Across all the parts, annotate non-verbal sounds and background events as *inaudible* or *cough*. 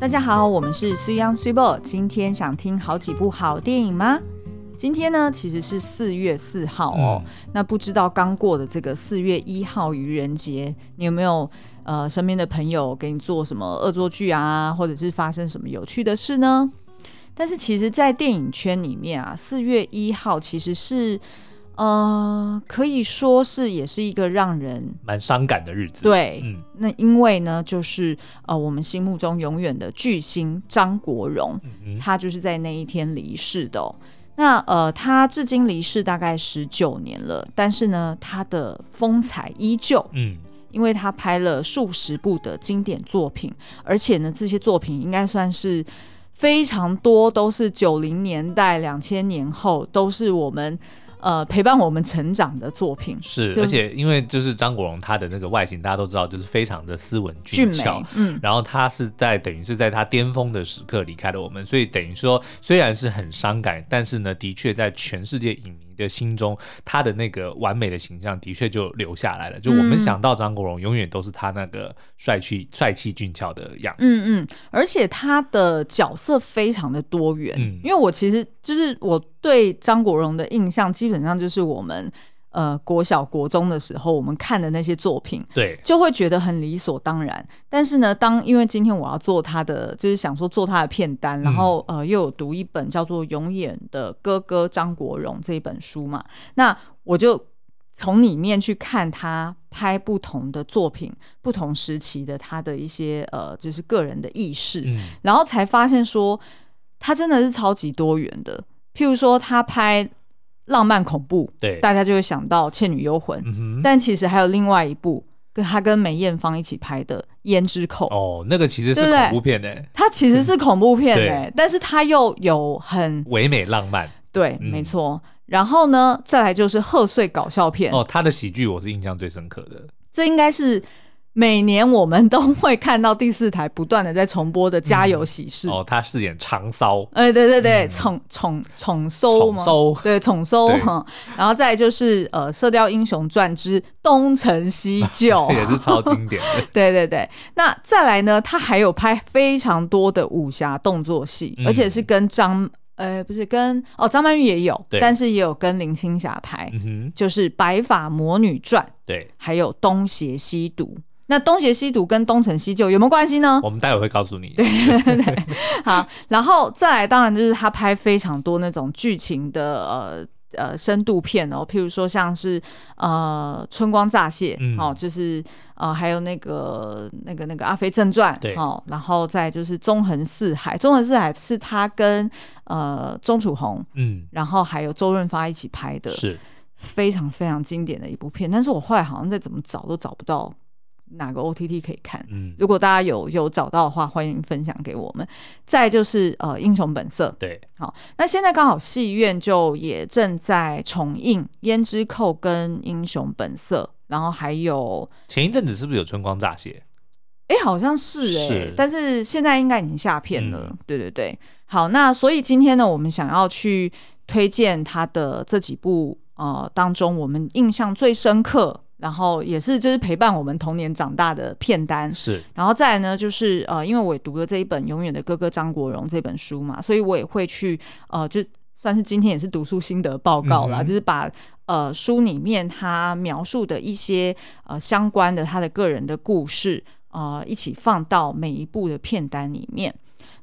大家好，我们是虽央虽 b 今天想听好几部好电影吗？今天呢，其实是四月四号哦。嗯那不知道刚过的这个四月一号愚人节，你有没有呃身边的朋友给你做什么恶作剧啊，或者是发生什么有趣的事呢？但是其实，在电影圈里面啊，四月一号其实是呃，可以说是也是一个让人蛮伤感的日子。，对，嗯，那因为呢，就是呃，我们心目中永远的巨星张国荣，嗯他就是在那一天离世的、哦。那呃，他至今离世大概十九年了，但是呢，他的风采依旧，嗯，因为他拍了数十部的经典作品，而且呢，这些作品应该算是非常多，都是九零年代、两千年后，都是我们呃陪伴我们成长的作品。是，就而且因为就是张国荣他的那个外形，大家都知道，就是非常的斯文俊俊俏美。，嗯，然后他是在等于是在他巅峰的时刻离开了我们，所以等于说虽然是很伤感，但是呢，的确在全世界影迷的心中，他的那个完美的形象的确就留下来了。就我们嗯想到张国荣，永远都是他那个帅气、帅气俊俏的样子。嗯嗯，而且他的角色非常的多元，嗯因为我其实就是我对张国荣的印象，基本上就是我们呃国小国中的时候我们看的那些作品。对，就会觉得很理所当然，但是呢，当因为今天我要做他的，就是想说做他的片单，然后呃又有读一本叫做《永远的哥哥张国荣》这一本书嘛，那我就从里面去看他拍不同的作品，不同时期的他的一些呃，就是个人的意识，嗯，然后才发现说他真的是超级多元的。譬如说他拍浪漫恐怖，对，大家就会想到《倩女幽魂》嗯哼。但其实还有另外一部，跟他跟梅艳芳一起拍的《胭脂扣》哦，那个其实是对不对恐怖片的、它其实是恐怖片对哎、但是它又有很唯美浪漫对，嗯没错。然后呢，再来就是贺岁搞笑片，哦，他的喜剧我是印象最深刻的。这应该是每年我们都会看到第四台不断的在重播的《家有喜事》哦，他饰演长骚哎、对对对，宠宠宠收宠吗？收，对，宠收对哈，然后再来就是呃，《射雕英雄传之东成西就》 *laughs* 这 *laughs* 也是超经典的。对对对，那再来呢？他还有拍非常多的武侠动作戏，嗯而且是跟张呃不是跟哦张曼玉也有，对但是也有跟林青霞拍，嗯哼，就是《白发魔女传》，对，还有《东邪西毒》。那《东邪西毒》跟《东成西就》有没有关系呢？我们待会会告诉你。好，然后再来，当然就是他拍非常多那种剧情的呃。呃，深度片哦，譬如说像是呃《春光乍泄》嗯哦，就是呃还有那个那个那个《阿飞正传》对哦，然后再就是《纵横四海》，《纵横四海》是他跟呃钟楚红， *laughs* 嗯，然后还有周润发一起拍的，是非常非常经典的一部片。但是我后来好像再怎么找都找不到哪个 OTT 可以看，嗯，如果大家有有找到的话，欢迎分享给我们。再就是呃，《英雄本色对，》好，那现在刚好戏院就也正在重映《胭脂扣》跟《英雄本色》，然后还有前一阵子是不是有春光乍泄？哎、好像是哎、是但是现在应该已经下片了。嗯对对对，好，那所以今天呢，我们想要去推荐他的这几部呃当中，我们印象最深刻，然后也是就是陪伴我们童年长大的片单。是，然后再来呢，就是呃，因为我也读了这一本《永远的哥哥张国荣》这本书嘛，所以我也会去呃，就算是今天也是读书心得报告啦，嗯哼就是把呃书里面他描述的一些呃相关的他的个人的故事呃，一起放到每一部的片单里面。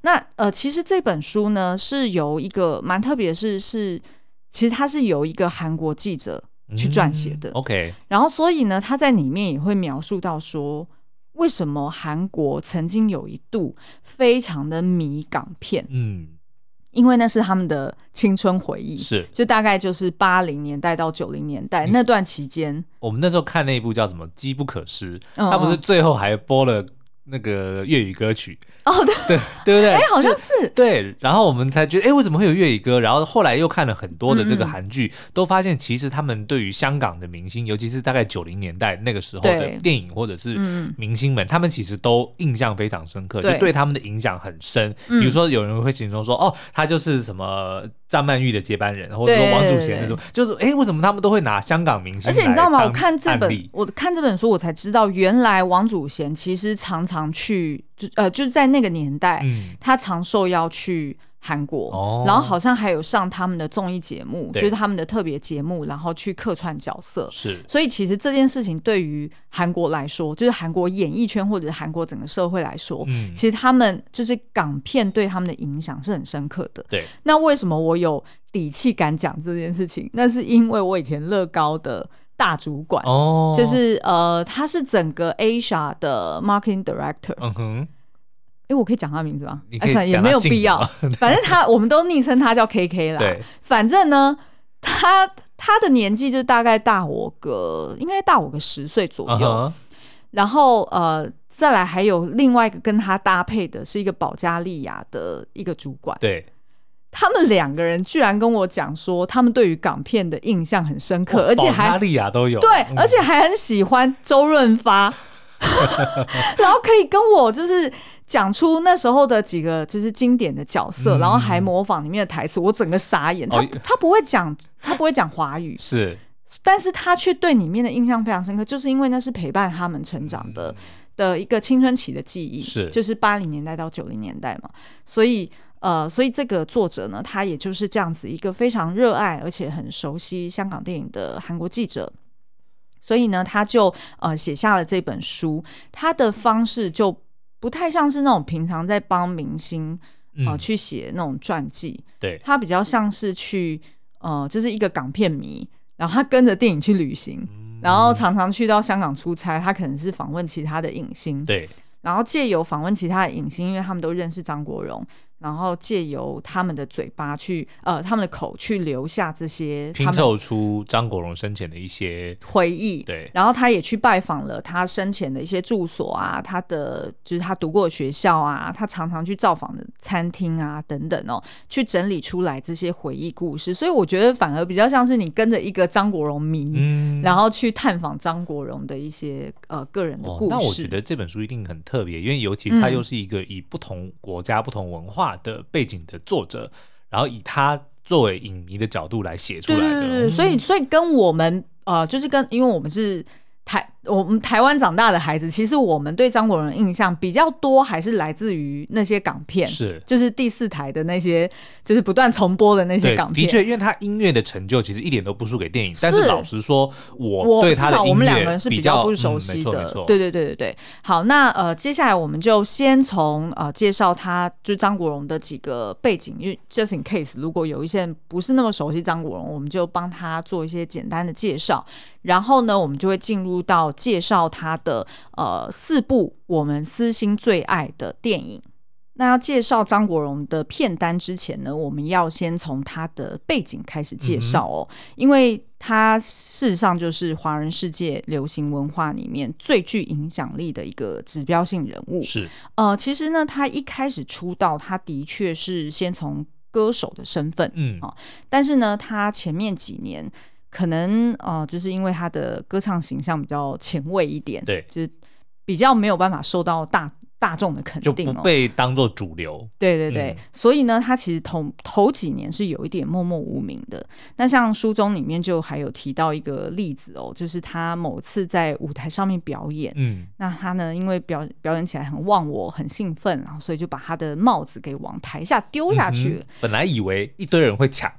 那呃，其实这本书呢是由一个蛮特别的是，是其实它是由一个韩国记者去撰写的嗯 OK，然后所以呢，他在里面也会描述到说，为什么韩国曾经有一度非常的迷港片，嗯，因为那是他们的青春回忆，是就大概就是八零年代到九零年代、嗯那段期间，我们那时候看那一部叫什么《机不可失》，嗯他不是嗯最后还播了那个粤语歌曲， *laughs* 哦对，对对不对？哎、好像是对，然后我们才觉得，哎，为什么会有粤语歌？然后后来又看了很多的这个嗯嗯韩剧，都发现其实他们对于香港的明星，尤其是大概九零年代那个时候对的电影或者是嗯明星们，他们其实都印象非常深刻，对就对他们的影响很深。嗯比如说有人会形容说，哦，他就是什么张曼玉的接班人，或者说王祖贤那种，就是哎、诶为什么他们都会拿香港明星？而且你知道吗？我看这案本例，我看这本书，我才知道原来王祖贤其实常常去，就呃，就是在那个年代，嗯，他常受邀去韩国，哦然后好像还有上他们的综艺节目，对就是他们的特别节目，然后去客串角色。是所以其实这件事情对于韩国来说，就是韩国演艺圈或者是韩国整个社会来说，嗯其实他们就是港片对他们的影响是很深刻的。对，那为什么我有底气敢讲这件事情？那是因为我以前乐高的大主管，哦，就是呃，他是整个 Asia 的 marketing director，嗯哼，哎、我可以讲他名字吗你？可哎，以算了，也讲没他有姓必什要么，反正 *laughs* 他我们都昵称他叫 KK 啦。对，反正呢，他他的年纪就大概大我个，应该大我个十岁左嗯右。哼，然后呃，再来还有另外一个跟他搭配的是一个保加利亚的一个主管，对，他们两个人居然跟我讲说，他们对于港片的印象很深刻，而且保加还利亚都有，对，嗯而且还很喜欢周润 *laughs* 发， *laughs* 然后可以跟我就是讲出那时候的几个就是经典的角色，嗯然后还模仿里面的台词，我整个傻眼。他哦他不会讲，他不会讲华语，是但是他却对里面的印象非常深刻，就是因为那是陪伴他们成长的、的一个青春期的记忆，嗯是就是八零年代到九零年代嘛，所以。呃，所以这个作者呢，他也就是这样子一个非常热爱而且很熟悉香港电影的韩国记者，所以呢，他就呃写下了这本书。他的方式就不太像是那种平常在帮明星啊、嗯去写那种传记，对他比较像是去呃，就是一个港片迷，然后他跟着电影去旅行，嗯然后常常去到香港出差，他可能是访问其他的影星，对然后借由访问其他的影星，因为他们都认识张国荣。然后借由他们的嘴巴去，呃，他们的口去留下这些他拼们凑出张国荣生前的一些回忆，对然后他也去拜访了他生前的一些住所啊，他的就是他读过的学校啊，他常常去造访的餐厅啊等等哦，去整理出来这些回忆故事。所以我觉得反而比较像是你跟着一个张国荣迷，嗯然后去探访张国荣的一些呃个人的哦故事。那我觉得这本书一定很特别，因为尤其他嗯又是一个以不同国家、不同文化的背景的作者，然后以他作为影迷的角度来写出对来对的。对对，嗯所以所以跟我们呃，就是跟因为我们是。台我们台湾长大的孩子，其实我们对张国荣的印象比较多，还是来自于那些港片。嗯是就是第四台的那些，就是不断重播的那些对港，的片。确，因为他音乐的成就其实一点都不输给电影。但是是老实说，我我对至他的少我音们两个乐人是比较不嗯熟悉没错没的，错对对对对对。好，那呃，接下来我们就先从呃介绍他，就张国荣的几个背景，因为 just in case 如果有一些人不是那么熟悉张国荣，我们就帮他做一些简单的介绍。然后呢，我们就会进入到介绍他的呃四部我们私心最爱的电影。那要介绍张国荣的片单之前呢，我们要先从他的背景开始嗯介绍哦，因为他事实上就是华人世界流行文化里面最具影响力的一个指标性人物。是呃，其实呢，他一开始出道，他的确是先从歌手的身份，嗯好但是呢，他前面几年可能呃，就是因为他的歌唱形象比较前卫一点，对就是比较没有办法受到大大众的肯就定不哦。被当做主流。对对对，嗯所以呢，他其实头头几年是有一点默默无名的。那像书中里面就还有提到一个例子哦，就是他某次在舞台上面表演，嗯，那他呢因为表表演起来很忘我、很兴奋，然后所以就把他的帽子给往台下丢下去嗯哼本来以为一堆人会抢，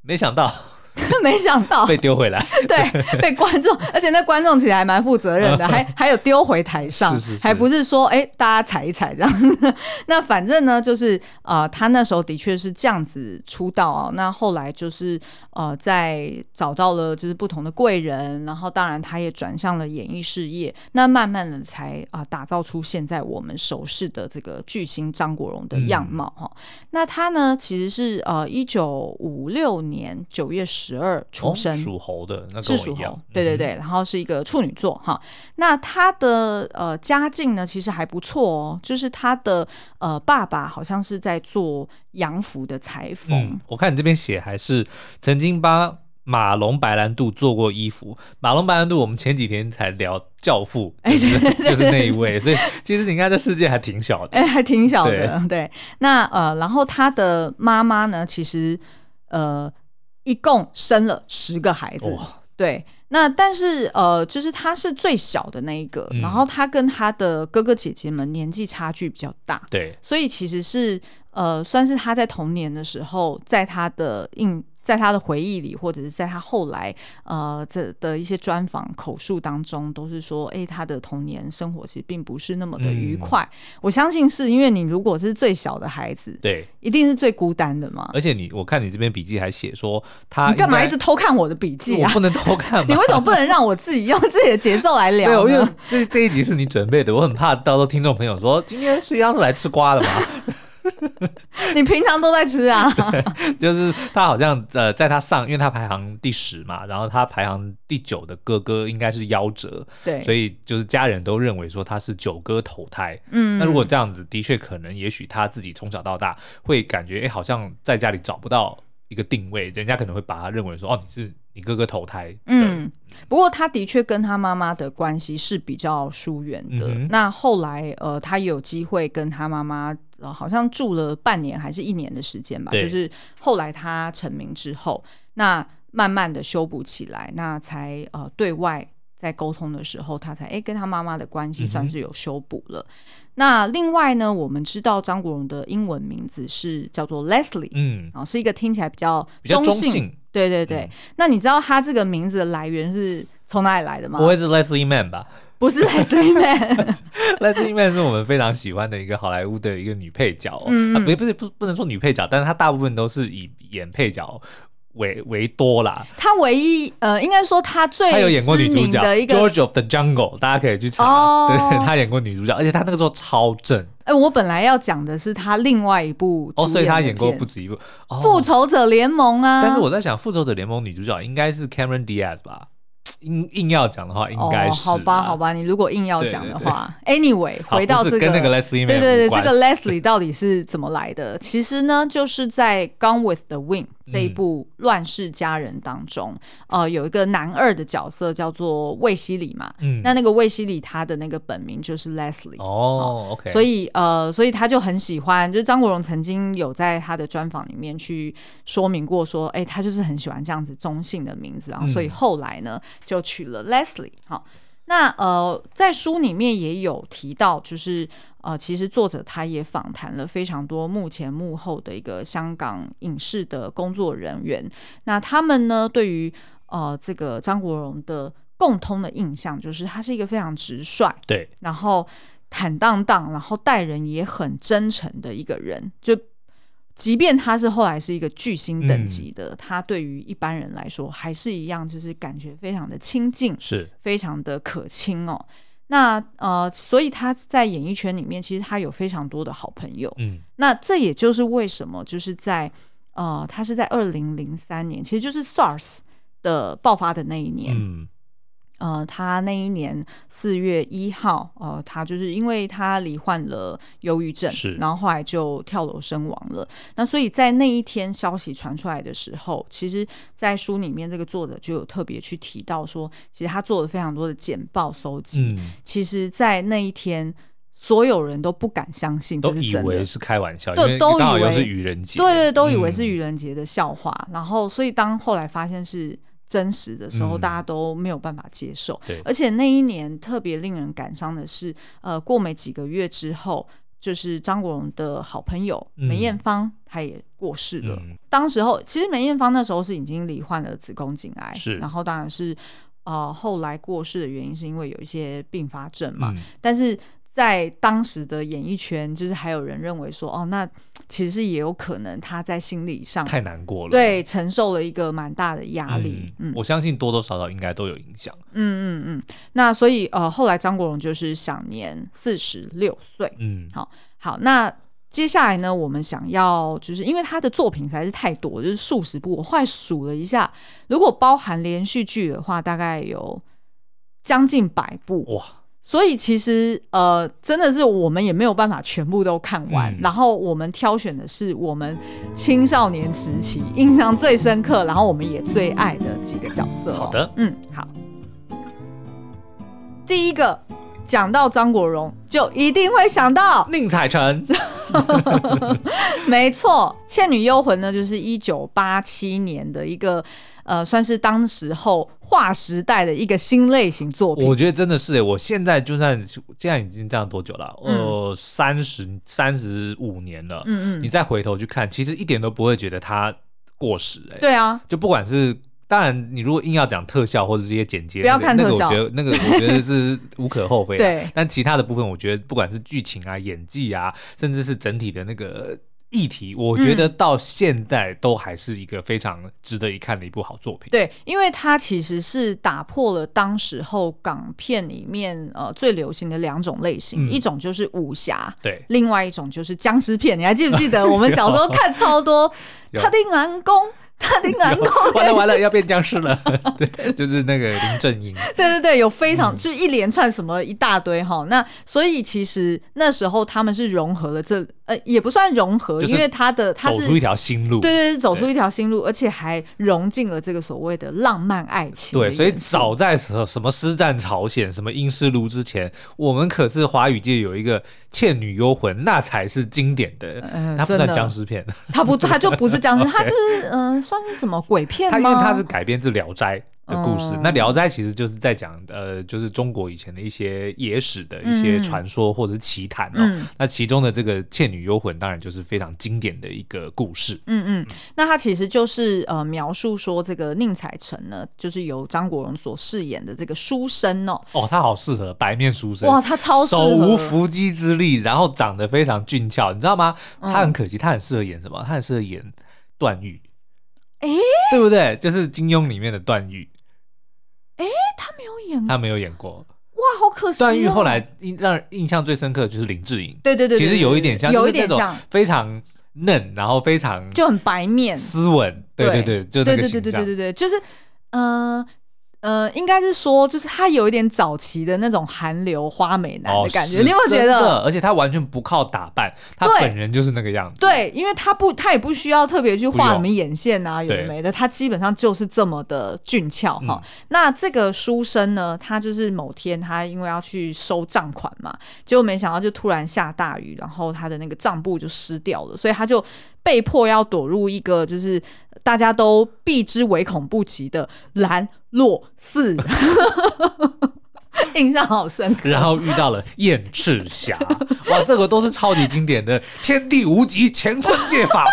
没想到了， *laughs* 没想到被丢回 *laughs* 来。对，被观众，而且那观众其实还蛮负责 *laughs* 任的，还还有丢回台上，是是是还不是说哎、大家踩一踩这样。那反正呢，就是呃，他那时候的确是这样子出道啊、那后来就是呃，在找到了就是不同的贵人，然后当然他也转向了演艺事业，那慢慢的才啊、打造出现在我们熟识的这个巨星张国荣的嗯样貌哈、那他呢，其实是呃一九五六年九月十二出哦生。属猴的，那跟是我属一样猴。，对对嗯对，然后是一个处女座哈。那他的呃家境呢，其实还不错哦，就是他的呃爸爸好像是在做洋服的裁缝，嗯，我看你这边写还是曾经帮马龙白兰度做过衣服。马龙白兰度，我们前几天才聊《*laughs* 教父》，就是、就是那一位，所以其实你看这世界还挺哎小的。哎、还挺小的，对。那呃，然后他的妈妈呢，其实。呃，一共生了十个孩子。哇对，那但是呃，就是他是最小的那一个，嗯然后他跟他的哥哥姐姐们年纪差距比较大，对，所以其实是呃，算是他在童年的时候，在他的印。在他的回忆里，或者是在他后来呃这的一些专访口述当中，都是说，哎、他的童年生活其实并不是那么的愉嗯快。我相信是因为你如果是最小的孩子，对，一定是最孤单的嘛。而且你我看你这边笔记还写说他你干嘛啊应该一直偷看我的笔记我啊？不能偷 *laughs* 看你嘛。为什么不能让我自己用自己的节奏来 *laughs* 没有，聊因为呢？这这一集是你准备的，我很怕到时候听众朋友说今天隋央是来吃瓜的嘛，你平常都在吃 *laughs* 啊？就是他好像呃，在他上，因为他排行第十嘛，然后他排行第九的哥哥应该是夭折，对，所以就是家人都认为说他是九哥投胎。嗯那如果这样子，的确可能，也许他自己从小到大会感觉，哎、好像在家里找不到一个定位，人家可能会把他认为说，哦，你是你哥哥投胎。嗯，不过他的确跟他妈妈的关系是比较疏远的。嗯哼那后来呃，他有机会跟他妈妈。呃，好像住了半年还是一年的时间吧，对就是后来他成名之后，那慢慢的修补起来，那才呃对外在沟通的时候，他才哎、诶跟他妈妈的关系嗯哼算是有修补了。那另外呢，我们知道张国荣的英文名字是叫做 Leslie，、嗯，哦，是一个听起来比较比较中性性，嗯对对对，那你知道他这个名字的来源是从哪里来的吗不？会是 Leslie Mann 吧不是 Leslie Mann， *laughs* ？Leslie Mann 是我们非常喜欢的一个好莱坞的一个女配角、哦，嗯啊，不不是不不能说女配角，但是她大部分都是以演配角为为多啦。他唯一呃，应该说他她有最演过知女主名角的一《个， George of the Jungle》，大家可以去查。哦对，她演过女主角，而且她那个时候超正哎，我本来要讲的是他另外一部哦，所以他她演过不止一部。哦复仇者联盟》啊，但是我在想，《复仇者联盟》女主角应该是 Cameron Diaz 吧？硬硬要讲的话，应该是、啊哦、好吧，好，吧，你如果硬要讲的话 a n y w a y 好回到不这是个跟那个 Leslie Mann 对对对，无关这个 Leslie 到底是怎么来的？ *laughs* 其实呢，就是在《Gone with the Wind》这嗯一部《乱世佳人》当中，呃，有一个男二的角色叫做卫西里嘛。嗯，那那个卫西里他的那个本名就是 Leslie，、哦，OK，所以呃，所以他就很喜欢，就是张国荣曾经有在他的专访里面去说明过说，哎、他就是很喜欢这样子中性的名字，然后嗯所以后来呢就取了 Leslie。好，那呃，在书里面也有提到，就是呃，其实作者他也访谈了非常多幕前幕后的一个香港影视的工作人员，那他们呢对于呃这个张国荣的共通的印象就是他是一个非常直率。对，然后坦荡荡，然后待人也很真诚的一个人。就即便他是后来是一个巨星等级的，他对于一般人来说还是一样，就是感觉非常的亲近，是非常的可亲哦。那呃，所以他在演艺圈里面，其实他有非常多的好朋友。嗯那这也就是为什么，就是在呃，他是在二零零三年，其实就是 SARS 的爆发的那一年，嗯呃，他那一年四月一号，呃，他就是因为他罹患了忧郁症是，然后后来就跳楼身亡了。那所以在那一天消息传出来的时候，其实，在书里面这个作者就有特别去提到说，其实他做了非常多的简报收集。嗯，其实，在那一天，所有人都不敢相信这都是以真的为。是开玩笑，对因为都以刚好又为是愚人节，对对，都以为是嗯愚人节的笑话。然后，所以当后来发现是真实的时候，嗯大家都没有办法接受。对而且那一年特别令人感伤的是，呃，过没几个月之后，就是张国荣的好朋友嗯梅艳芳，她也过世了。嗯当时候，其实梅艳芳那时候是已经罹患了子宫颈癌，是然后当然是呃后来过世的原因是因为有一些并发症嘛，嗯但是。在当时的演艺圈，就是还有人认为说，哦，那其实也有可能他在心理上太难过了，对承受了一个蛮大的压嗯，力。嗯，我相信多多少少应该都有影响，嗯嗯嗯，那所以呃，后来张国荣就是享年四十六岁。嗯好，那接下来呢，我们想要就是因为他的作品实在是太多，就是数十部，我后来数了一下，如果包含连续剧的话，大概有将近百部。哇，所以其实呃，真的是我们也没有办法全部都看完。嗯然后我们挑选的是我们青少年时期印象最深刻，然后我们也最爱的几个角色、好的，嗯，好。第一个讲到张国荣，就一定会想到宁采臣，没错，《倩女幽魂》呢，就是一九八七年的一个呃，算是当时候划时代的一个新类型作品。我觉得真的是耶，欸我现在就算现在已经这样多久了？呃，三十三十五年了。嗯你嗯，再回头去看，其实一点都不会觉得它过时哎。对啊，就不管是。当然，你如果硬要讲特效或者这些剪接，不要那个看特效那个我觉得那个我觉得是无可厚非的。啊 *laughs* 对但其他的部分，我觉得不管是剧情啊、演技啊，甚至是整体的那个议题，我嗯觉得到现在都还是一个非常值得一看的一部好作品。对，因为它其实是打破了当时候港片里面呃最流行的两种类型，嗯一种就是武侠，对另外一种就是僵尸片。你还记不记 *laughs* 得我们小时候看超多有《他的南宫》？他的南宫，完了完了，要变僵尸了。 *laughs* 对，就是那个林正英。 *laughs* 对对对，有非嗯常、就一连串什么一大堆哈。那所以其实那时候他们是融合了这呃也不算融合，就是因为他的他走是出一条新路。对对对走出对一条新路，而且还融进了这个所谓的浪漫爱情的对，元素。所以早在什么什么师战朝鲜、什么英师卢之前，我们可是华语界有一个《倩女幽魂》，那才是经典的。嗯它不算真的僵尸片，他不，他就不是这 *laughs* 样子，他就是嗯、呃算是什么鬼片它因吗？为它是改编自《聊斋》。的故事，哦那《聊斋》其实就是在讲，呃，就是中国以前的一些野史的一些嗯传说或者是奇谈哦。嗯那其中的这个《倩女幽魂》当然就是非常经典的一个故事。嗯嗯，那他其实就是呃描述说这个宁采臣呢，就是由张国荣所饰演的这个书生哦，哦，他好适合白面书生，哇，他超适手无合。缚鸡之力，然后长得非常俊俏，你知道吗？嗯他很可惜，他很适合演什么？他很适合演段誉，诶对不对？就是金庸里面的段誉，他没有演他没有演过。哇，好可惜、哦。段誉后来印让人印象最深刻的就是林志颖，对对对对其对实有一点像，有就是一点那种像，非常嫩，然后非常就很白面。斯文，对对对，就那对个对形对对对象。对对，就是呃呃，应该是说，就是他有一点早期的那种韩流花美男哦的感觉，是你有没有觉真得的？？而且他完全不靠打扮，他对本人就是那个样子。对，因为他不，他也不需要特别去不画用什么眼线啊，有的对嗯没的，他基本上就是这么的俊俏哈、那这个书生呢，他就是某天他因为要去收账款嘛，结果没想到就突然下大雨，然后他的那个账簿就湿掉了，所以他就被迫要躲入一个就是大家都避之唯恐不及的兰若寺， *laughs* 印象好深刻。然后遇到了燕赤霞，哇，这个都是超级经典的“天地无极，乾坤借法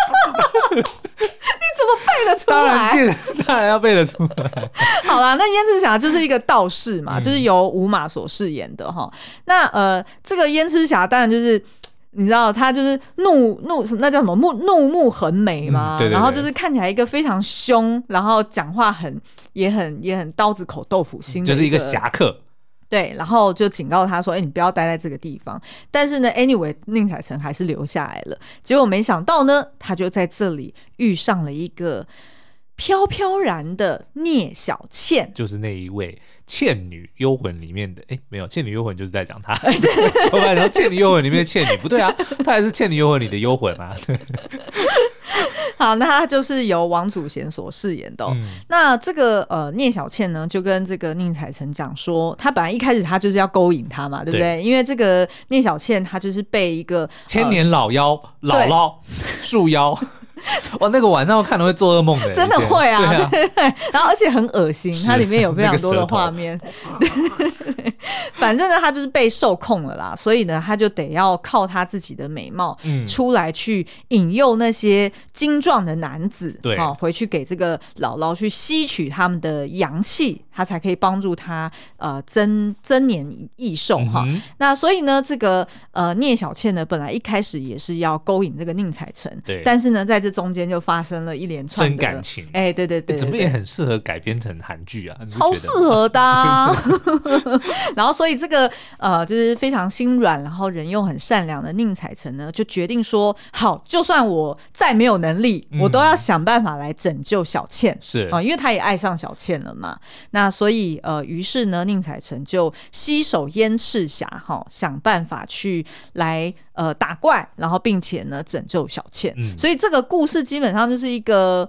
你怎么背得”， *laughs* 出当来然？借，当然要背得出来。 *laughs* 好啦，那燕赤霞就是一个道士嘛，嗯就是由吴马所饰演的哈。那呃，这个燕赤霞当然就是。你知道她就是怒怒什么那叫什么怒怒目横眉嘛、嗯对对对然后就是看起来一个非常凶，然后讲话很也很也很刀子口豆腐心的，就是一个侠客，对，然后就警告他说：“哎、你不要待在这个地方。”但是呢，anyway，宁采臣还是留下来了。结果没想到呢，他就在这里遇上了一个飘飘然的聂小倩。就是那一位《倩女幽魂》里面的，哎，没有，《倩女幽魂》就是在讲他。哎我本来说《倩女幽魂》里面的倩女，不对啊，她还是《倩女幽魂》里的幽魂啊。嗯好，那他就是由王祖贤所饰演的哦、嗯，那这个呃，聂小倩呢，就跟这个宁采臣讲说，他本来一开始他就是要勾引他嘛，对不对？因为这个聂小倩她就是被一个千年老妖、嗯姥姥、树 *laughs* 妖，哇，那个晚上我看了会做噩梦的，真的以前会啊对啊，然后而且很恶心，是它里面有非常多那的个舌头画面。 *laughs* 反正呢，他就是被受控了啦，所以呢，他就得要靠他自己的美貌 *laughs* 嗯出来去引诱那些精壮的男子，对哦，回去给这个姥姥去吸取他们的阳气，他才可以帮助他呃增增年益寿哈。嗯哼那所以呢，这个呃聂小倩呢，本来一开始也是要勾引这个宁采臣，对但是呢，在这中间就发生了一连串真的感情哎、对对对欸怎么对也对很适合改编成韩剧啊？你不超觉适得吗。合的、 *laughs* 啊， *laughs* 然后所以这个呃，就是非常心软，然后人又很善良的宁采臣呢，就决定说，好，就算我再没有能力，我嗯都要想办法来拯救小倩。是啊、，因为他也爱上小倩了嘛，那所以呃，于是呢，宁采臣就携手燕赤霞哈、想办法去来呃打怪，然后并且呢拯救小倩、嗯所以这个故事基本上就是一个，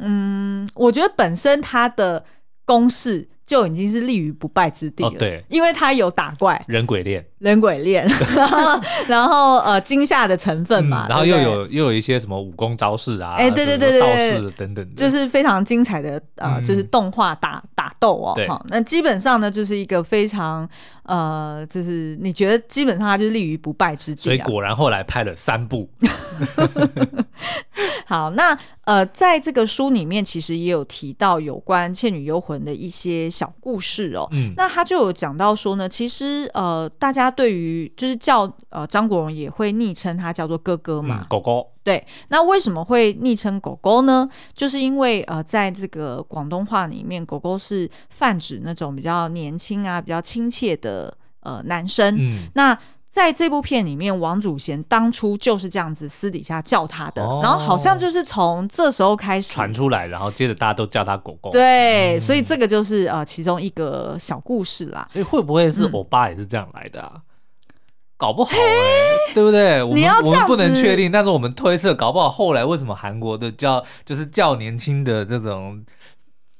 嗯，我觉得本身它的公式就已经是立于不败之地了，哦对因为他有打怪，人鬼恋，人鬼恋， *laughs* 然后然后呃惊吓的成分嘛，嗯然后对又不对有又有一些什么武功招式啊，哎对对什么对对道对士等等的，就是非常精彩的呃，嗯就是动画打打斗哦对，哈，那基本上呢就是一个非常呃，就是你觉得基本上它就是立于不败之所地以啊。果然后来拍了三部，好，那呃，在这个书里面其实也有提到有关《倩女幽魂》的一些小故事哦。嗯，那他就有讲到说呢，其实呃，大家对于就是叫呃张国荣也会昵称他叫做哥哥嘛，嗯狗狗，对，那为什么会昵称狗狗呢？就是因为呃，在这个广东话里面，狗狗是泛指那种比较年轻啊、比较亲切的呃男生。嗯，那在这部片里面，王祖贤当初就是这样子私底下叫他的，哦然后好像就是从这时候开始传出嗯来，然后接着大家都叫它狗狗，，对，所以这个就是呃其中一个小故事啦。所以会不会是嗯欧巴也是这样来的啊？搞不好、欸，对不对？我们你要我这们样不能子确定，但是我们推测，搞不好后来为什么韩国的叫就是叫年轻的这种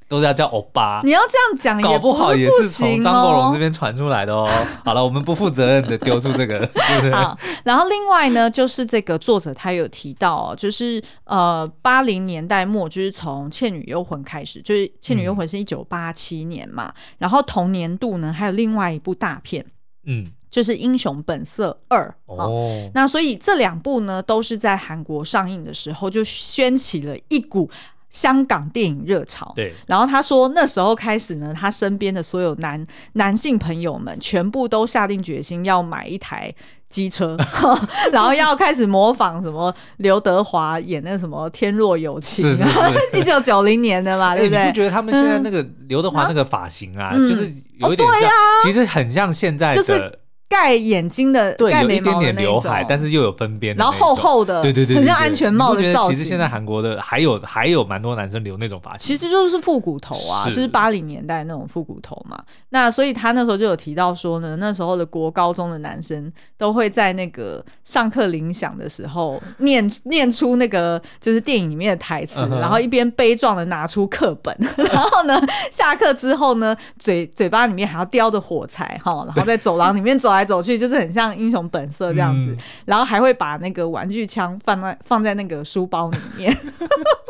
都要叫欧巴，你要这样讲，啊搞不好也不是从行张国荣哦这。边传出来的哦。好了，我们不负责任的丢出这个，对不对？好，然后另外呢，就是这个作者他有提到、哦，就是呃，八零年代末，就是从《倩女幽魂》开始，就是《倩女幽魂》是一九八七年嘛，然后同年度呢，还有另外一部大片，嗯，就是《英雄本色二》哦。哦，那所以这两部呢，都是在韩国上映的时候就掀起了一股香港电影热潮。对，然后他说，那时候开始呢，他身边的所有男男性朋友们全部都下定决心要买一台机车， *laughs* 然后要开始模仿什么刘德华演那什么《天若有情是》是啊，*laughs* 是。一九九零年的嘛，哎啊对不你对嗯不？觉得他们现在那个刘德华那个发型啊，就是有一点像，其实很像现在哦啊就的是，盖眼睛的，对，盖有眉一点毛的点那刘一海，但种，是又有分边的然那后种，厚厚的，对对对，很像对对安全帽你不的觉得造型。其实现在韩国的还有还有蛮多男生留那种发型，其实就是复古头啊，是就是八零年代那种复古头嘛。那所以他那时候就有提到说呢，那时候的国高中的男生都会在那个上课铃响的时候念念出那个就是电影里面的台词嗯哼然后一边悲壮的拿出课本， *laughs* 然后呢下课之后呢嘴嘴巴里面还要叼着火柴哈，然后在走廊里面走来走去，就是很像英雄本色这样子。嗯然后还会把那个玩具枪放在放在那个书包里面。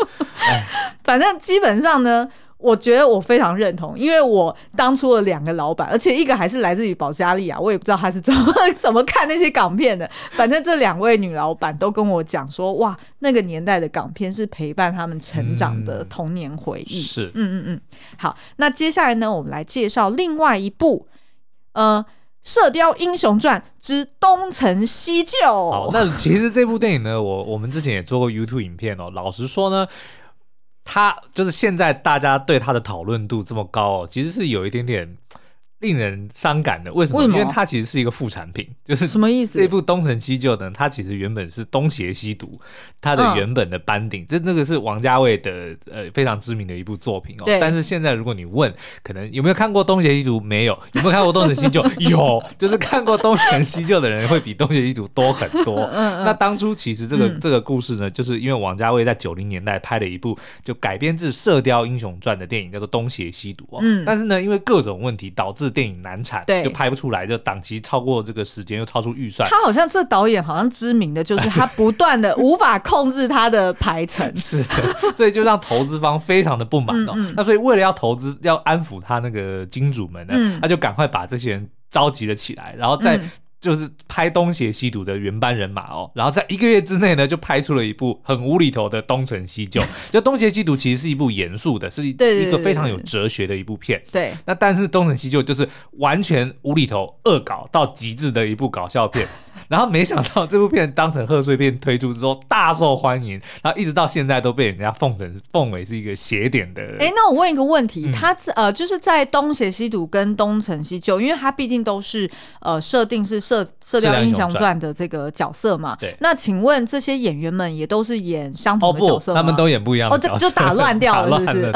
*laughs* 反正基本上呢，我觉得我非常认同，因为我当初的两个老板，而且一个还是来自于保加利亚，我也不知道他是怎么 *laughs* 怎么看那些港片的。反正这两位女老板都跟我讲说，哇，那个年代的港片是陪伴他们成长的嗯童年回忆。是嗯嗯嗯，好，那接下来呢，我们来介绍另外一部，呃，《射雕英雄传之东成西就》。好，那其实这部电影呢，我我们之前也做过 YouTube 影片哦。老实说呢，它就是现在大家对它的讨论度这么高哦，其实是有一点点令人伤感的。为什么？为什么因为它其实是一个副产品，就是什么意思这？部《东成西就》呢，它其实原本是东邪西毒，它的嗯原本的班底，这那个是王家卫的呃非常知名的一部作品哦对。但是现在如果你问，可能有没有看过《东邪西毒》？没有，有没有看过《东成西就》？ *laughs* 有，就是看过《东成西就》的人会比《东邪西毒》多很 *laughs* 多。那当初其实这个、嗯这个故事呢，就是因为王家卫在九零年代拍了一部就改编自《射雕英雄传》的电影，叫做《东邪西毒》哦。嗯但是呢，因为各种问题导致电影难产，对就拍不出来，就档期超过这个时间，又超出预算。他好像这导演好像知名的就是他不断的无法控制他的排程， *laughs* 是， *laughs* 所以就让投资方非常的不满嗯哦。那所以为了要投资，要安抚他那个金主们呢，嗯他就赶快把这些人召集了起来，然后再嗯就是拍《东邪西毒》的原班人马哦，然后在一个月之内呢，就拍出了一部很无厘头的《东成西就》。就《东邪西毒》其实是一部严肃的，是一对对一个对非常对有哲学的一部片。对，那但是《东成西就》就是完全无厘头、恶搞到极致的一部搞 *laughs* 笑片。然后没想到这部片当成贺岁片推出之后大受欢迎，然后一直到现在都被人家奉成奉为是一个邪典的。哎、那我问一个问嗯题，他自呃就是在东邪西毒跟东成西就，因为他毕竟都是呃设定是射射雕英雄传的这个角色嘛。对那请问这些演员们也都是演相哦同的角不，色吗？他们都演不一样的哦这角色就打乱掉了 *laughs* 打是不是乱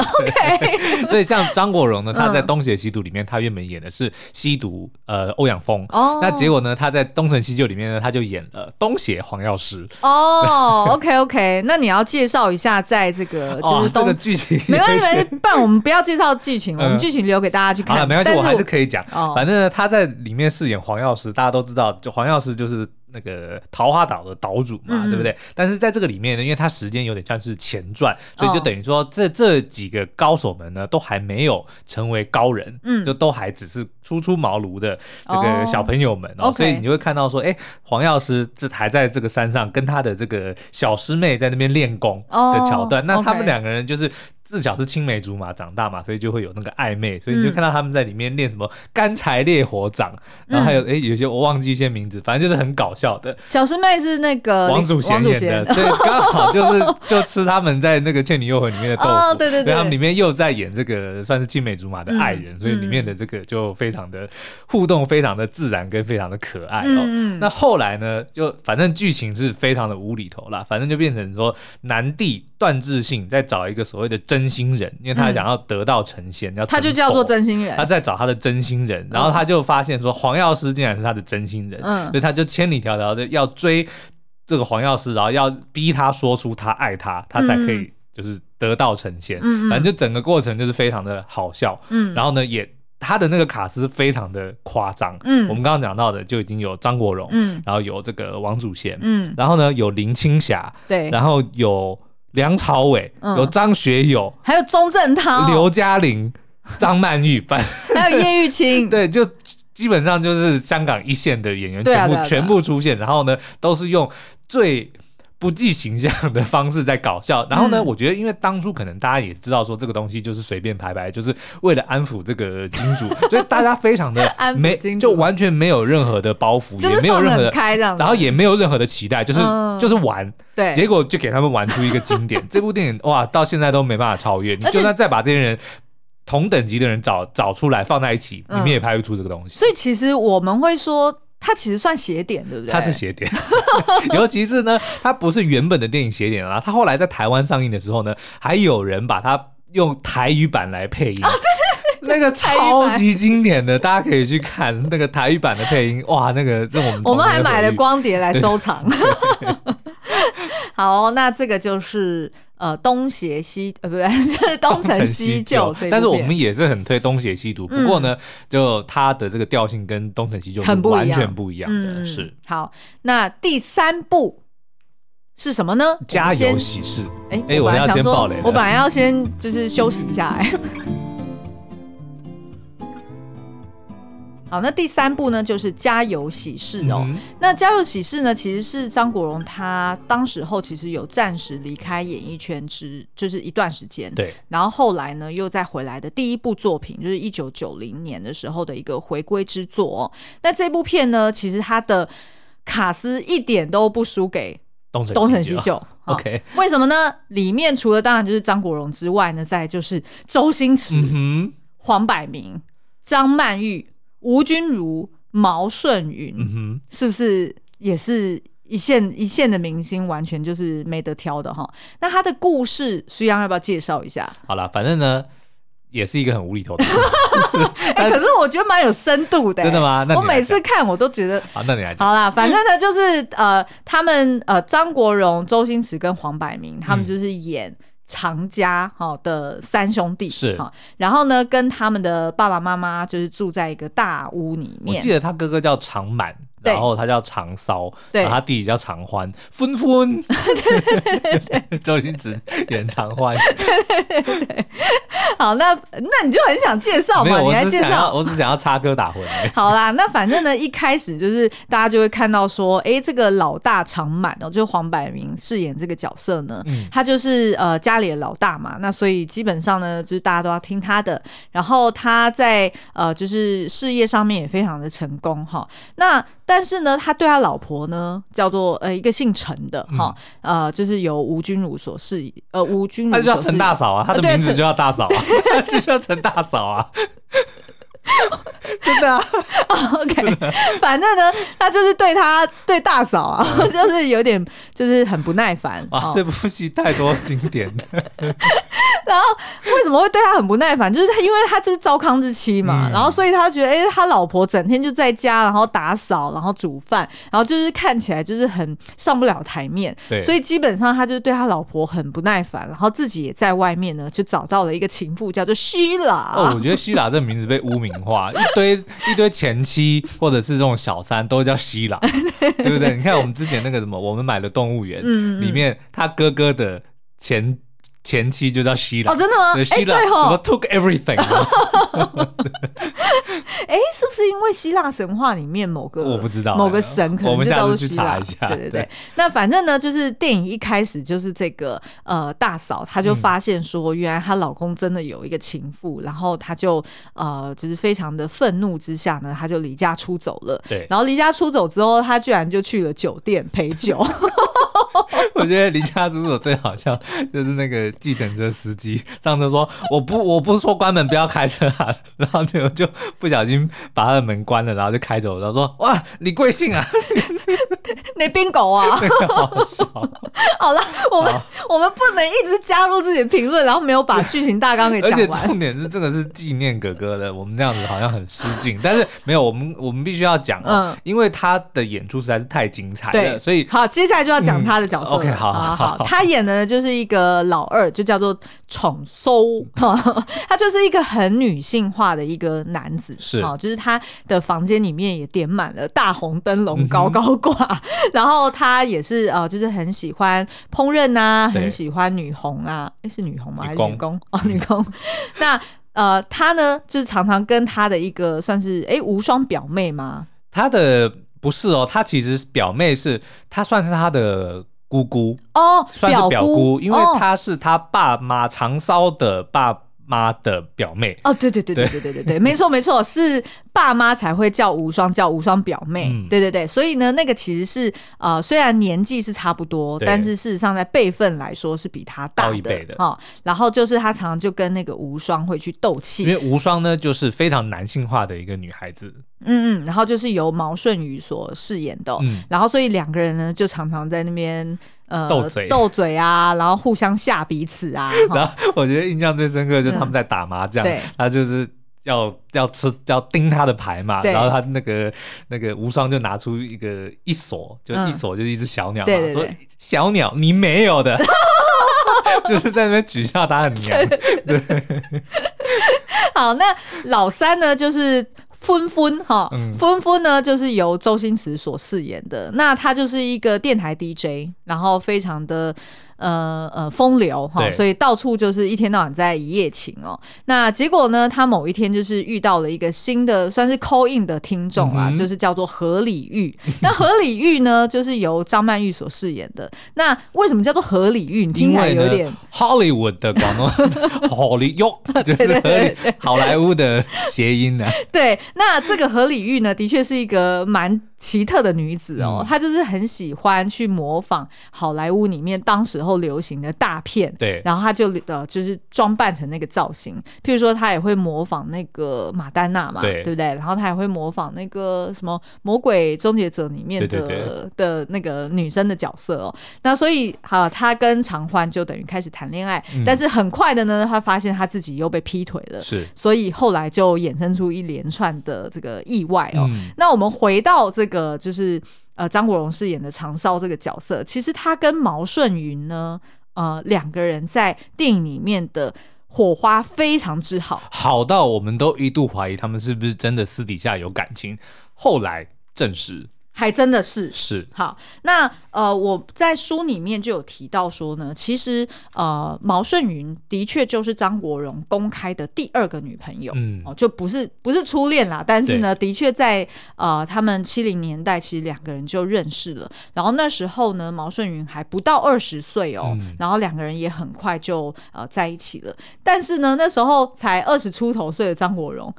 OK，了对 *laughs* 所以像张国荣呢，他在嗯《东邪西毒》里面，他原本演的是西毒呃欧阳锋。哦，那结果呢？他在《东成西就》里面面呢，他就演了东邪黄药师。哦，OK OK，那你要介绍一下，在这个呃就哦是，这东个剧情没关系，没关系， *laughs* 不然我们不要介绍剧情，嗯我们剧情留给大家去好了，看。没关系，但我还是是可以讲。哦反正呢，他在里面饰演黄药师，大家都知道，就黄药师就是那个桃花岛的岛主嘛，嗯嗯对不对？但是在这个里面呢，因为他时间有点像是前传，所以就哦等于说这这几个高手们呢，都还没有成为高人，嗯就都还只是初出茅庐的这个哦小朋友们哦， OK 所以你就会看到说，哎，黄药师这还在这个山上跟他的这个小师妹在那边练功的桥段，哦那他们 OK 两个人就是。自小是青梅竹马长大嘛，所以就会有那个暧昧，所以你就嗯看到他们在里面练什么干柴烈火掌，然后还有诶、有些我忘记一些名字，反正就是很搞笑的。小师妹是那个王祖贤王祖演的，贤， *laughs* 所以刚好就是就吃他们在那个《倩女幽魂》里面的豆腐，哦对对对他们里面又在演这个算是青梅竹马的爱人，嗯所以里面的这个就非常的互动，非常的自然跟非常的可爱哦。嗯嗯那后来呢，就反正剧情是非常的无厘头啦，反正就变成说南帝段志信在找一个所谓的真心人，因为他嗯想要得道成仙，要她就成叫做佛真心人他。在找他的真心人，然后他就发现说黄药师竟然是他的真心人，嗯所以他就千里迢迢的要追这个黄药师，然后要逼他说出他爱他，他才可以就是得道成仙。嗯嗯嗯反正就整个过程就是非常的好笑，嗯然后呢也他的那个卡斯非常的夸张，嗯我们刚刚讲到的就已经有张国荣，嗯然后有这个王祖贤，嗯，然后呢有林青霞，对，然后有梁朝伟，嗯哦有张学友。还有钟镇涛，刘嘉玲、张曼玉，反 *laughs* 还有叶玉卿， *laughs* 对，就基本上就是香港一线的演员对啊全部、对啊对啊全部出现，然后呢，都是用最。不计形象的方式在搞笑，然后呢，嗯我觉得因为当初可能大家也知道说这个东西就是随便排排，就是为了安抚这个金 *laughs* 主，所以大家非常的安抚没金就主完全没有任何的包袱，就也是没有放得任很何的，开这样子。然后也没有任何的期待，就是、嗯就是玩，对，结果就给他们玩出一个 *laughs* 经典。这部电影哇，到现在都没办法超越。你而且就算再把这些人同等级的人找找出来放在一起，你嗯们也拍不出这个东西。所以其实我们会说，它其实算邪点，对不对？它是邪点， *laughs* 尤其是呢，它不是原本的电影邪点啊，它后来在台湾上映的时候呢，还有人把它用台语版来配哦音。那个台语版超级经典的，大家可以去看那个台语版的配音，哇，那个这我们我们还童年的买了回忆光碟来收藏。 *laughs* 好，那这个就是呃东邪西呃不对， *laughs* 就是东成西就这一部片。嗯但是我们也是很推东邪西毒。不过呢，就它的这个调性跟东成西就很不一样完全不一样的，嗯是好，那第三部是什么呢？我家有们先喜事。哎哎我本我要来想先说爆雷了我本来要先就是休息一下哎。 *laughs* 好，那第三部呢，就是《家有喜事》哦。嗯那《家有喜事》呢，其实是张国荣他当时候其实有暂时离开演艺圈之，就是一段时间。对，然后后来呢，又再回来的第一部作品，就是一九九零年的时候的一个回归之作、哦。那这部片呢，其实它的卡斯一点都不输给东成东成西就。好啊 *laughs* OK，为什么呢？里面除了当然就是张国荣之外呢，再来就是周星驰、嗯黄百鸣、张曼玉、吴君如、毛舜筠，哼，嗯哼，是不是也是一线一线的明星，完全就是没得挑的哈？那他的故事，苏央要不要介绍一下？好了，反正呢，也是一个很无厘头的。 *laughs* 哎、可是我觉得蛮有深度的、真的吗那你我来啊每次看我都觉得。好，那你来讲。好啦，反正呢，就是呃，他们呃，张国荣、周星驰跟黄百鸣，他们嗯就是演常家哈、哦的三兄弟是哈、然后呢，跟他们的爸爸妈妈就是住在一个大屋里我面记，得他哥哥叫常满，对然后他叫常骚，对然后他弟弟叫常 *laughs* 欢， *laughs* 纷纷。 *laughs* 周星驰演常欢，好，那那你就很想介绍没嘛，有，你我来只介想绍要，。我只想要插科打诨。好啦，那反正呢，一开始就是大家就会看到说，诶，这个老大常满哦，就是黄百鸣饰演这个角色呢，嗯他就是呃家里的老大嘛，那所以基本上呢，就是大家都要听他的。然后他在呃就是事业上面也非常的成功哈。那但是呢，他对他老婆呢叫做呃一个姓陈的哈，呃就是由吴君如所饰演，呃吴君如嗯他就叫所饰 *laughs* 陈大嫂啊，他的呃对名字呃陈就叫大嫂啊，就叫陈大嫂啊。真的啊， OK，反正呢，他就是对他对大嫂嗯啊， *laughs* 就是有点就是很不耐烦。*laughs* 哇，哦啊这部戏太多经 *laughs* 典的，然后为什么会对他很不耐烦？就是他，因为他就是糟糠之妻嘛，嗯然后所以他觉得，哎、他老婆整天就在家，然后打扫，然后煮饭，然后就是看起来就是很上不了台面，对，所以基本上他就对他老婆很不耐烦，然后自己也在外面呢，就找到了一个情妇，叫做希拉。哦，我觉得希拉这名字被污名化，一堆一堆前妻或者是这种小三都叫 *laughs* 希拉，对不对？你看我们之前那个什么，我们买的动物园、嗯里面，他哥哥的前前妻就叫希拉。哦，真的吗？对哎、希拉，对我哦，*laughs* took everything，哎、是不是因为希腊神话里面某个我不知道哎某个神可我能们就下叫做次去希查腊？一下。对对对。那反正呢，就是电影一开始就是这个呃大嫂，她嗯就发现说，原来她老公真的有一个情妇，然后她就呃就是非常的愤怒之下呢，她就离家出走了。对然后离家出走之后，她居然就去了酒店陪酒。 *laughs* *laughs* 我觉得离家出走最好笑就是那个计程车司机 *laughs* 上车说我不我不是说关门不要开车啊，然后就就不小心把他的门关了，然后就开走，然后说哇你贵姓啊， *laughs* 那边狗啊，好笑。好了，我们我们不能一直加入自己的评论，然后没有把剧情大纲给而且讲完。重点是这个是纪念哥哥的，我们这样子好像很失敬，但是没有我们我们必须要讲哦，嗯因为他的演出实在是太精彩对了，所以好，接下来就要讲他的角色了、啊嗯，OK，好好好好他演的呢就是一个老二，就叫做宠搜， *laughs* 他就是一个很女性化的一个男子，是哦，就是他的房间里面也点满了大红灯笼，嗯高高挂， *laughs* 然后他也是呃，就是很喜欢烹饪啊，对很喜欢女红啊，诶是女红吗？还是女工嗯女工？哦，女工， *laughs* 那。呃，他呢，就是常常跟他的一个算是诶无双表妹吗？他的不是哦，他其实表妹是他算是他的姑姑，哦，算是表姑，姑，因为哦她是她爸妈长烧的爸妈的表妹。哦，对对对对对对对对，没错没错，是爸妈才会叫无双，叫无双表妹，嗯对对对，所以呢，那个其实是呃，虽然年纪是差不多，对但是事实上在辈分来说是比他大高的一辈的哦。然后就是他常常就跟那个无双会去斗因气，为无双呢，就是非常男性化的一个女孩子，嗯嗯，然后就是由毛舜筠所饰演的哦、嗯，然后所以两个人呢就常常在那边呃斗嘴斗嘴啊，然后互相吓彼此啊，哈然后我觉得印象最深刻就是他们在打麻将，嗯对他就是要要吃要盯他的牌嘛，对然后他那个那个无双就拿出一个一锁，就嗯一锁就是一只小鸟嘛，对对说对小鸟你没有的， *laughs* 就是在那边取笑他很 *laughs* 娘，好，那老三呢，就是纷纷哈嗯，纷纷呢就是由周星驰所饰演的。那他就是一个电台 DJ，然后非常的呃呃风流哈，对所以到处就是一天到晚在一夜情哦。那结果呢，他某一天就是遇到了一个新的算是 call in 的听众啊，嗯哼就是叫做何李玉。 *laughs* 那何李玉呢，就是由张曼玉所饰演的。那为什么叫做何李玉？你听因起来为有点呢。，Hollywood 的 *laughs* 广东好利用，就是合理好莱坞的谐音呢、啊对，那这个何李玉呢，的确是一个蛮奇特的女子哦，嗯她就是很喜欢去模仿好莱坞里面当时候流行的大片。 *laughs* 对，然后她就呃，就是装扮成那个造型，譬如说她也会模仿那个马丹娜嘛，对不对？然后她也会模仿那个什么《魔鬼终结者》里面的对对对的那个女生的角色哦。那所以哈、她跟常欢就等于开始谈恋爱，嗯但是很快的呢，她发现她自己又被劈腿了，是，所以后来就衍生出一连串的这个意外哦。嗯，那我们回到这个，就是呃张国荣饰演的长少这个角色，其实他跟毛舜筠呢，呃两个人在电影里面的火花非常之好。好到我们都一度怀疑他们是不是真的私底下有感情，后来证实还真的是是。好，那呃，我在书里面就有提到说呢，其实呃，毛舜筠的确就是张国荣公开的第二个女朋友，嗯哦，就不是不是初恋啦，但是呢，的确在呃，他们七零年代其实两个人就认识了，然后那时候呢，毛舜筠还不到二十岁哦，嗯然后两个人也很快就呃在一起了，但是呢，那时候才二十出头岁的张国荣，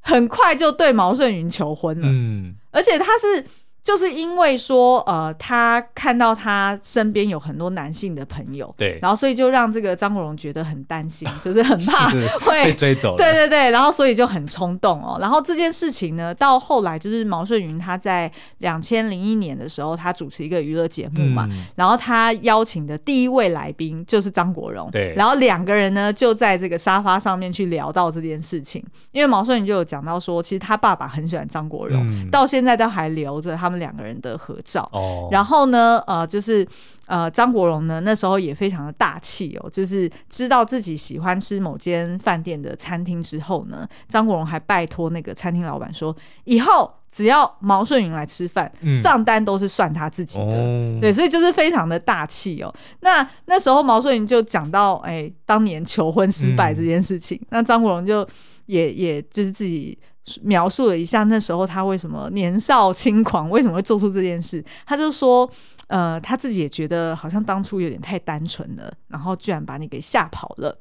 很快就对毛舜筠求婚了。嗯，而且他是就是因为说，呃，他看到他身边有很多男性的朋友，对然后所以就让这个张国荣觉得很担心，就是很怕 *laughs* 是被会。追走了，对对对，然后所以就很冲动哦。然后这件事情呢，到后来就是毛舜筠他在两千零一年的时候，他主持一个娱乐节目嘛，嗯然后他邀请的第一位来宾就是张国荣，对然后两个人呢就在这个沙发上面去聊到这件事情，因为毛舜筠就有讲到说，其实他爸爸很喜欢张国荣，嗯到现在都还留着他们两个人的合照。哦，然后呢，呃，就是呃，张国荣呢那时候也非常的大气哦，就是知道自己喜欢吃某间饭店的餐厅之后呢，张国荣还拜托那个餐厅老板说，以后只要毛舜筠来吃饭，嗯账单都是算他自己的。哦，对，所以就是非常的大气哦。那那时候毛舜筠就讲到，哎、当年求婚失败这件事嗯情，那张国荣就也也就是自己描述了一下那时候他为什么年少轻狂，为什么会做出这件事。他就说，呃，他自己也觉得好像当初有点太单纯了，然后居然把你给吓跑了。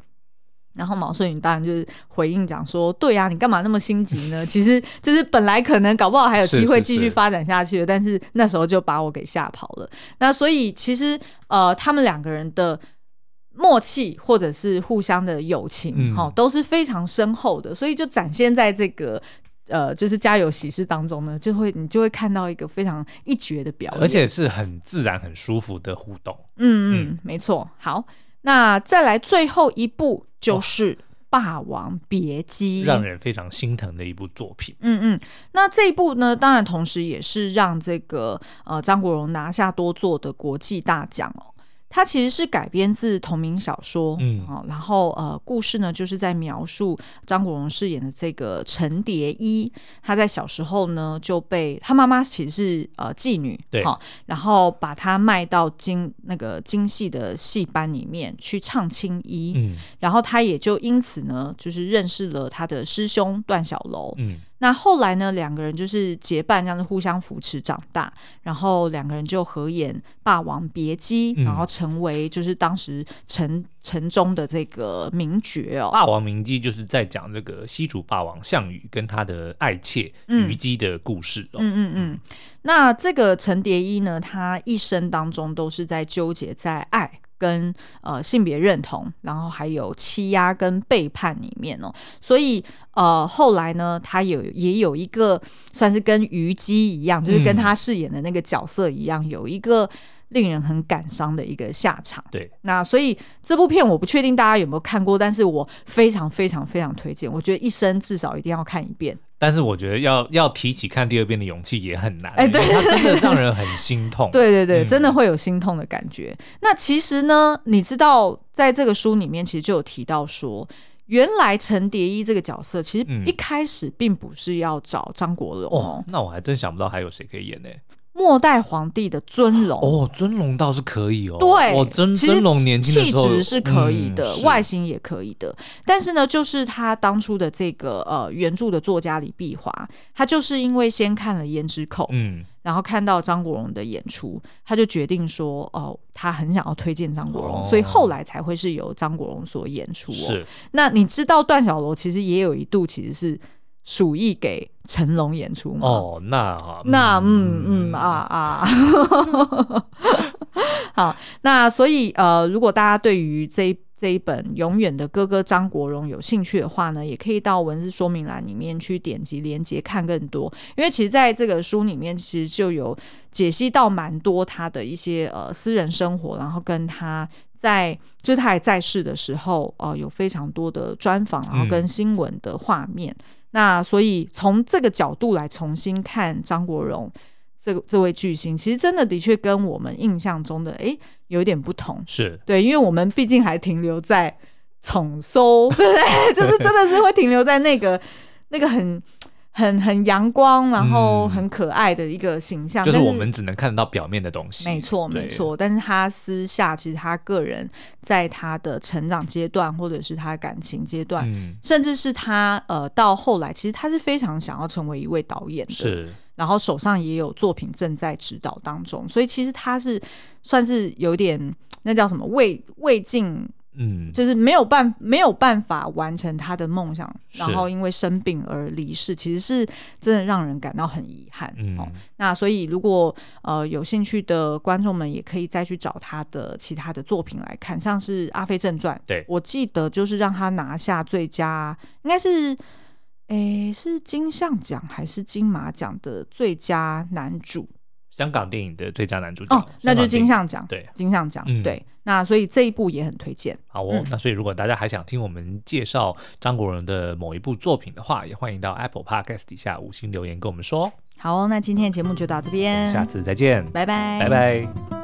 然后毛舜筠当然就是回应讲说：“对呀、你干嘛那么心急 *laughs* 呢？其实就是本来可能搞不好还有是机会是继续是发展下去的，但是那时候就把我给吓跑了。那所以其实呃，他们两个人的默契或者是互相的友情，嗯哈、都是非常深厚的，所以就展现在这个。呃，就是家有喜事当中呢，就会你就会看到一个非常一绝的表演，而且是很自然、很舒服的互动。嗯嗯，没错。好，那再来最后一部就是《霸王别姬》，让人非常心疼的一部作品。嗯嗯，那这一部呢，当然同时也是让这个呃张国荣拿下多座的国际大奖哦。它其实是改编自同名小说，嗯哦，然后呃，故事呢就是在描述张国荣饰演的这个陈蝶衣，他在小时候呢就被他妈妈其实是呃妓女，对哦，然后把他卖到京那个京戏的戏班里面去唱青衣，嗯然后他也就因此呢，就是认识了他的师兄段小楼，嗯，那后来呢，两个人就是结伴，这样子互相扶持长大，然后两个人就合演《霸王别姬》嗯然后成为就是当时城城中的这个名角哦。霸王名姬就是在讲这个西楚霸王项羽跟他的爱妾嗯虞姬的故事哦。嗯嗯嗯，那这个陈蝶衣呢，他一生当中都是在纠结在爱跟呃性别认同，然后还有欺压跟背叛里面哦，所以呃后来呢，他有也有一个算是跟虞姬一样，就是跟他饰演的那个角色一样，有一个令人很感伤的一个下场。对，那所以这部片我不确定大家有没有看过，但是我非常非常非常推荐，我觉得一生至少一定要看一遍。但是我觉得要要提起看第二遍的勇气也很难，哎对因为它真的让人很心痛。 *laughs* 对对对，嗯真的会有心痛的感觉。那其实呢，你知道，在这个书里面其实就有提到说，原来陈蝶衣这个角色其实嗯一开始并不是要找张国荣哦哦，，那我还真想不到还有谁可以演呢、末代皇帝的尊龙。哦，尊龙倒是可以哦。对，我真其实尊龙年轻的气时候质是可以嗯的，是外形也可以的。但是呢，就是他当初的这个呃原著的作家李碧华，他就是因为先看了《胭脂扣》，嗯，然后看到张国荣的演出，他就决定说，哦，他很想要推荐张国荣，哦所以后来才会是由张国荣所演出、哦。，是那你知道段小楼其实也有一度其实是鼠疫给成龙演出吗？哦，那啊那嗯嗯啊，啊， *laughs* 好，那所以呃，如果大家对于这一这一本《永远的哥哥》张国荣有兴趣的话呢，也可以到文字说明栏里面去点击连接看更多，因为其实在这个书里面其实就有解析到蛮多他的一些呃私人生活，然后跟他。在就是他还在世的时候，呃，有非常多的专访，然后嗯跟新闻的画面，那所以从这个角度来重新看张国荣这个这位巨星，其实真的的确跟我们印象中的诶有一点不同。是对，因为我们毕竟还停留在宠收，对不对？ *laughs* 就是真的是会停留在那个那个很很很阳光，然后嗯很可爱的一个形象，就是但我们只能看得到表面的东西。没错，对没。错。但是他私下其实他个人在他的成长阶段，或者是他感情阶段，嗯，甚至是他呃到后来，其实他是非常想要成为一位导演的，是然后手上也有作品正在指导当中，所以其实他是算是有点那叫什么未未尽嗯，就是没有办没有办法完成他的梦想，是然后因为生病而离世，其实是真的让人感到很遗憾。嗯哦，那所以如果呃有兴趣的观众们，也可以再去找他的其他的作品来看，像是《阿飞正传》，对我记得就是让他拿下最佳，应该是。诶，是金像奖还是金马奖的最佳男主？香港电影的最佳男主角哦，那就是金。香像奖港，电影对，金像奖。嗯对，那所以这一部也很推荐。好哦，嗯那所以如果大家还想听我们介绍张国荣的某一部作品的话，也欢迎到 Apple Podcast 底下五星留言跟我们说哦。好哦、那今天的节目就到这我边们，下次再见，拜拜，拜。拜